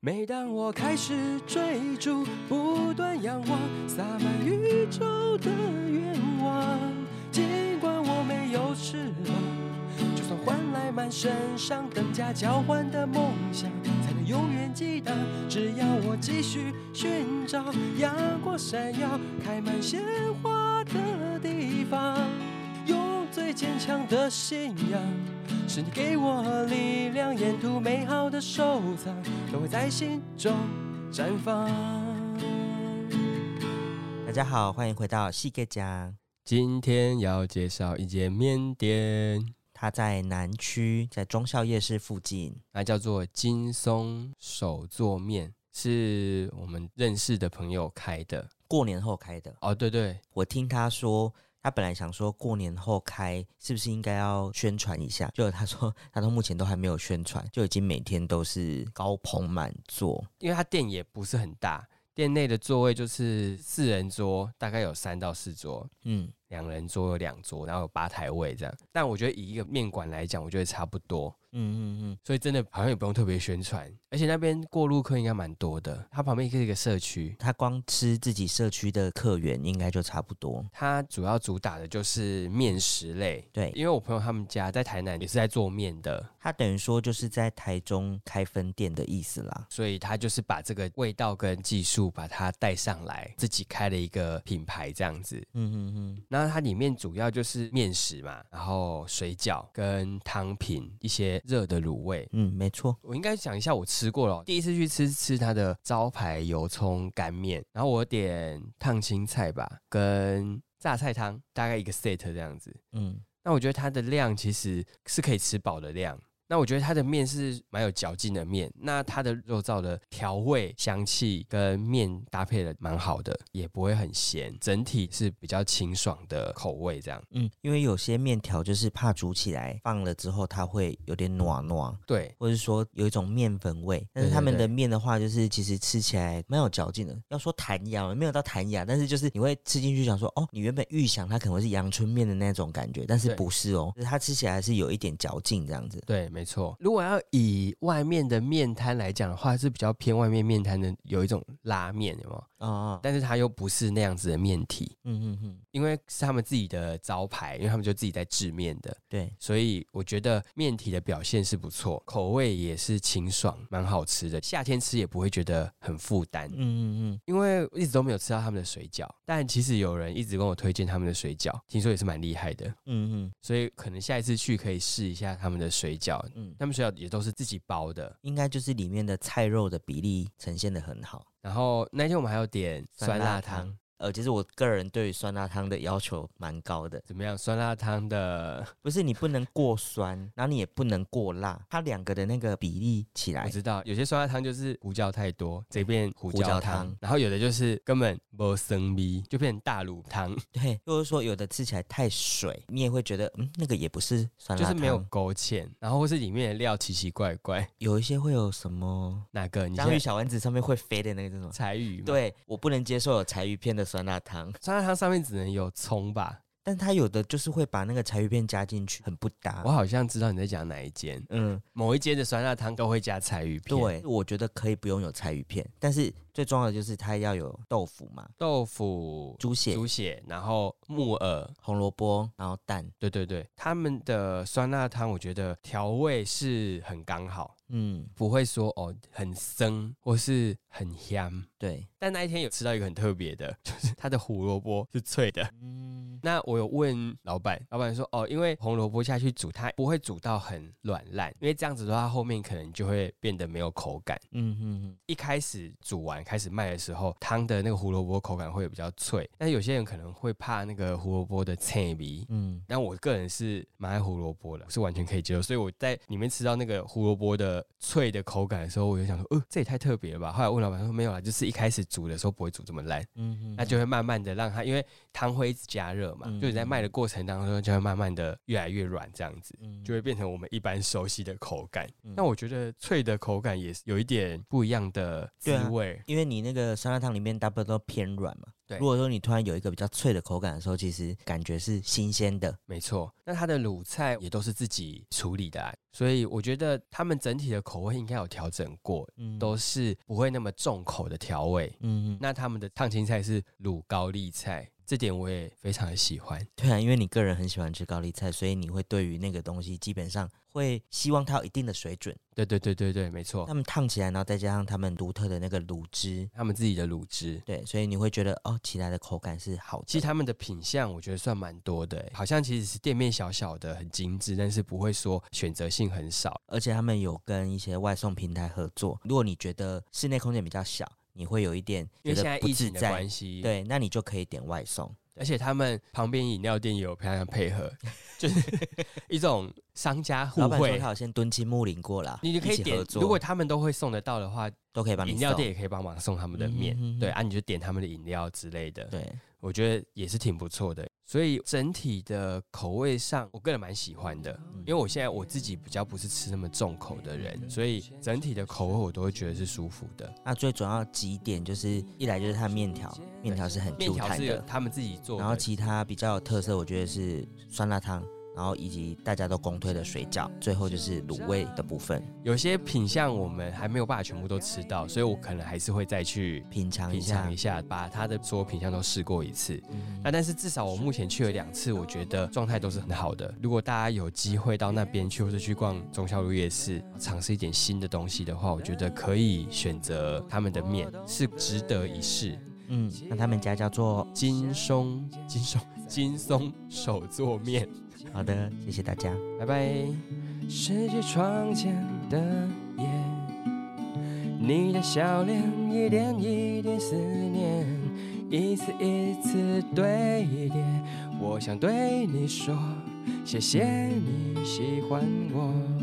每当我开始追逐，不断仰望洒满宇宙的愿望，尽管我没有翅膀，就算换来满身伤，等价交换的梦想才能永远激荡。只要我继续寻找阳光闪耀、开满鲜花的地方，用最坚强的信仰。是你给我力量，沿途美好的收藏都会在心中绽放。大家好，欢迎回到细个讲。今天要介绍一间面店，它在南区，在忠孝夜市附近。它叫做金松手做面，是我们认识的朋友开的。过年后开的，哦，对对，我听他说，他本来想说过年后开，是不是应该要宣传一下？就他说，他到目前都还没有宣传，就已经每天都是高朋满座。因为它店也不是很大，店内的座位就是四人桌，大概有三到四桌，嗯，两人桌有两桌，然后有吧台位这样。但我觉得以一个面馆来讲，我觉得差不多。嗯嗯嗯，所以真的好像也不用特别宣传，而且那边过路客应该蛮多的。它旁边是一个社区，他光吃自己社区的客源，应该就差不多。它主要主打的就是面食类。对，因为我朋友他们家在台南也是在做面的，他等于说就是在台中开分店的意思啦。所以他就是把这个味道跟技术把它带上来，自己开了一个品牌这样子。嗯嗯嗯，然后它里面主要就是面食嘛，然后水饺跟汤品，一些热的卤味。嗯，没错。我应该讲一下我吃过了哦，第一次去吃吃它的招牌油葱干面，然后我点烫青菜吧，跟榨菜汤，大概一个 set 这样子。嗯，那我觉得它的量其实是可以吃饱的量。那我觉得它的面是蛮有嚼劲的面，那它的肉燥的调味香气跟面搭配的蛮好的，也不会很咸，整体是比较清爽的口味这样。嗯，因为有些面条就是怕煮起来放了之后它会有点软软，对，或者说有一种面粉味。但是对对他们的对面的话，就是其实吃起来蛮有嚼劲的。要说弹牙，没有到弹牙，但是就是你会吃进去想说，哦，你原本预想它可能会是阳春面的那种感觉，但是对不是哦，就是它吃起来是有一点嚼劲这样子。对，没错。如果要以外面的面摊来讲的话，是比较偏外面面摊的有一种拉面，有没有？哦哦，但是它又不是那样子的面体，嗯嗯嗯，因为是他们自己的招牌，因为他们就自己在制面的，对，所以我觉得面体的表现是不错，口味也是清爽，蛮好吃的。夏天吃也不会觉得很负担，嗯嗯嗯，因为一直都没有吃到他们的水饺，但其实有人一直跟我推荐他们的水饺，听说也是蛮厉害的，嗯嗯所以可能下一次去可以试一下他们的水饺。嗯，他们水饺也都是自己包的，应该就是里面的菜肉的比例呈现的很好。然后那天我们还有点酸辣汤，，呃，其实我个人对于酸辣汤的要求蛮高的，怎么样？酸辣汤的不是你不能过酸，然后你也不能过辣，它两个的那个比例起我来，知道，有些酸辣汤就是胡椒太多，这边胡椒胡椒汤，汤然后有的就是根本没生逼，就变成大卤汤，对，就是说有的吃起来太水，你也会觉得嗯，那个也不是酸就辣是汤，没有勾芡，然后或是里面的料奇奇怪怪，有一些会有什么哪个你现章鱼在小丸子上面会飞的那个是什么？柴鱼嘛？，对我不能接受有柴鱼片的酸辣汤， 酸辣汤上面只能有葱吧？但它有的就是会把那个柴鱼片加进去，很不搭我。好像知道你在讲哪一间，嗯，某一间的酸辣汤都会加柴鱼片，，对，我觉得可以不用有柴鱼片，但是最重要的就是它要有豆腐嘛，豆腐、猪血、猪血，然后木耳，红萝卜，然后蛋，对对对，他们的酸辣汤，我觉得调味是很刚好，嗯，不会说哦很生或是很香。对，但那一天有吃到一个很特别的，就是它的胡萝卜是脆的。嗯，那我有问老板，老板说哦，因为红萝卜下去煮，它不会煮到很软烂，因为这样子的话，后面可能就会变得没有口感。嗯嗯嗯，一开始煮完开始卖的时候，汤的那个胡萝卜口感会比较脆，但有些人可能会怕那个胡萝卜的脆味，嗯，但我个人是蛮爱胡萝卜的，是完全可以接受。所以我在里面吃到那个胡萝卜的脆的口感的时候，我就想说，呃，这也太特别了吧。后来问老板说，没有啦，就是一开始煮的时候不会煮这么烂，嗯那嗯，就会慢慢的让它，因为汤会一直加热热嘛，嗯就你在卖的过程当中就会慢慢的越来越软，这样子。嗯就会变成我们一般熟悉的口感。嗯那我觉得脆的口感也是有一点不一样的滋对啊味。因为你那个酸辣汤里面大部分都偏软嘛，对如果说你突然有一个比较脆的口感的时候，其实感觉是新鲜的，没错，那它的卤菜也都是自己处理的、啊，所以我觉得他们整体的口味应该有调整过，嗯，都是不会那么重口的调味。嗯，那那他们的烫青菜是卤高丽菜，这点我也非常的喜欢。对啊，因为你个人很喜欢吃高丽菜，所以你会对于那个东西基本上会希望它有一定的水准。对对对对对，没错，他们烫起来，然后再加上他们独特的那个卤汁，他们自己的卤汁。对，所以你会觉得哦，起来的口感是好的。其实他们的品相我觉得算蛮多的欸，好像其实是店面小小的，很精致，但是不会说选择性很少。而且他们有跟一些外送平台合作。如果你觉得室内空间比较小，你会有一点因为觉现得在不疫自情的关在，系，，对，那你就可以点外送。而且他们旁边饮料店也有漂亮配合， 就是一种商家互老板说惠他。有先蹲进木林过啦，你你可一以起点合，作如果他们都会送得到的话，都可以帮你饮料送店也可以帮忙送他们的面，嗯哼哼对啊，你就点他们的饮料之类的，对，我觉得也是挺不错的。所以整体的口味上，我个人蛮喜欢的，嗯因为我现在我自己比较不是吃那么重口的人，所以整体的口味我都会觉得是舒服的。那最主要几点就是，一来就是它的面条，面条是很 Q 面条弹是有的，他们自己做的，然后其他比较有特色，我觉得是酸辣汤，然后以及大家都公推的水饺，最后就是卤味的部分，有些品相我们还没有办法全部都吃到，所以我可能还是会再去品尝一品下尝一。下，把它的所有品相都试过一次。嗯那但是至少我目前去了两次，我觉得状态都是很好的。如果大家有机会到那边去，或是去逛中孝路夜市，尝试一点新的东西的话，我觉得可以选择他们的面，是值得一试。嗯，那他们家叫做金松金松金松手做面，好的，谢谢大家。拜拜。世界窗前的夜，你的笑脸一点一点思念，一次一次堆叠。我想对你说，谢谢你喜欢我。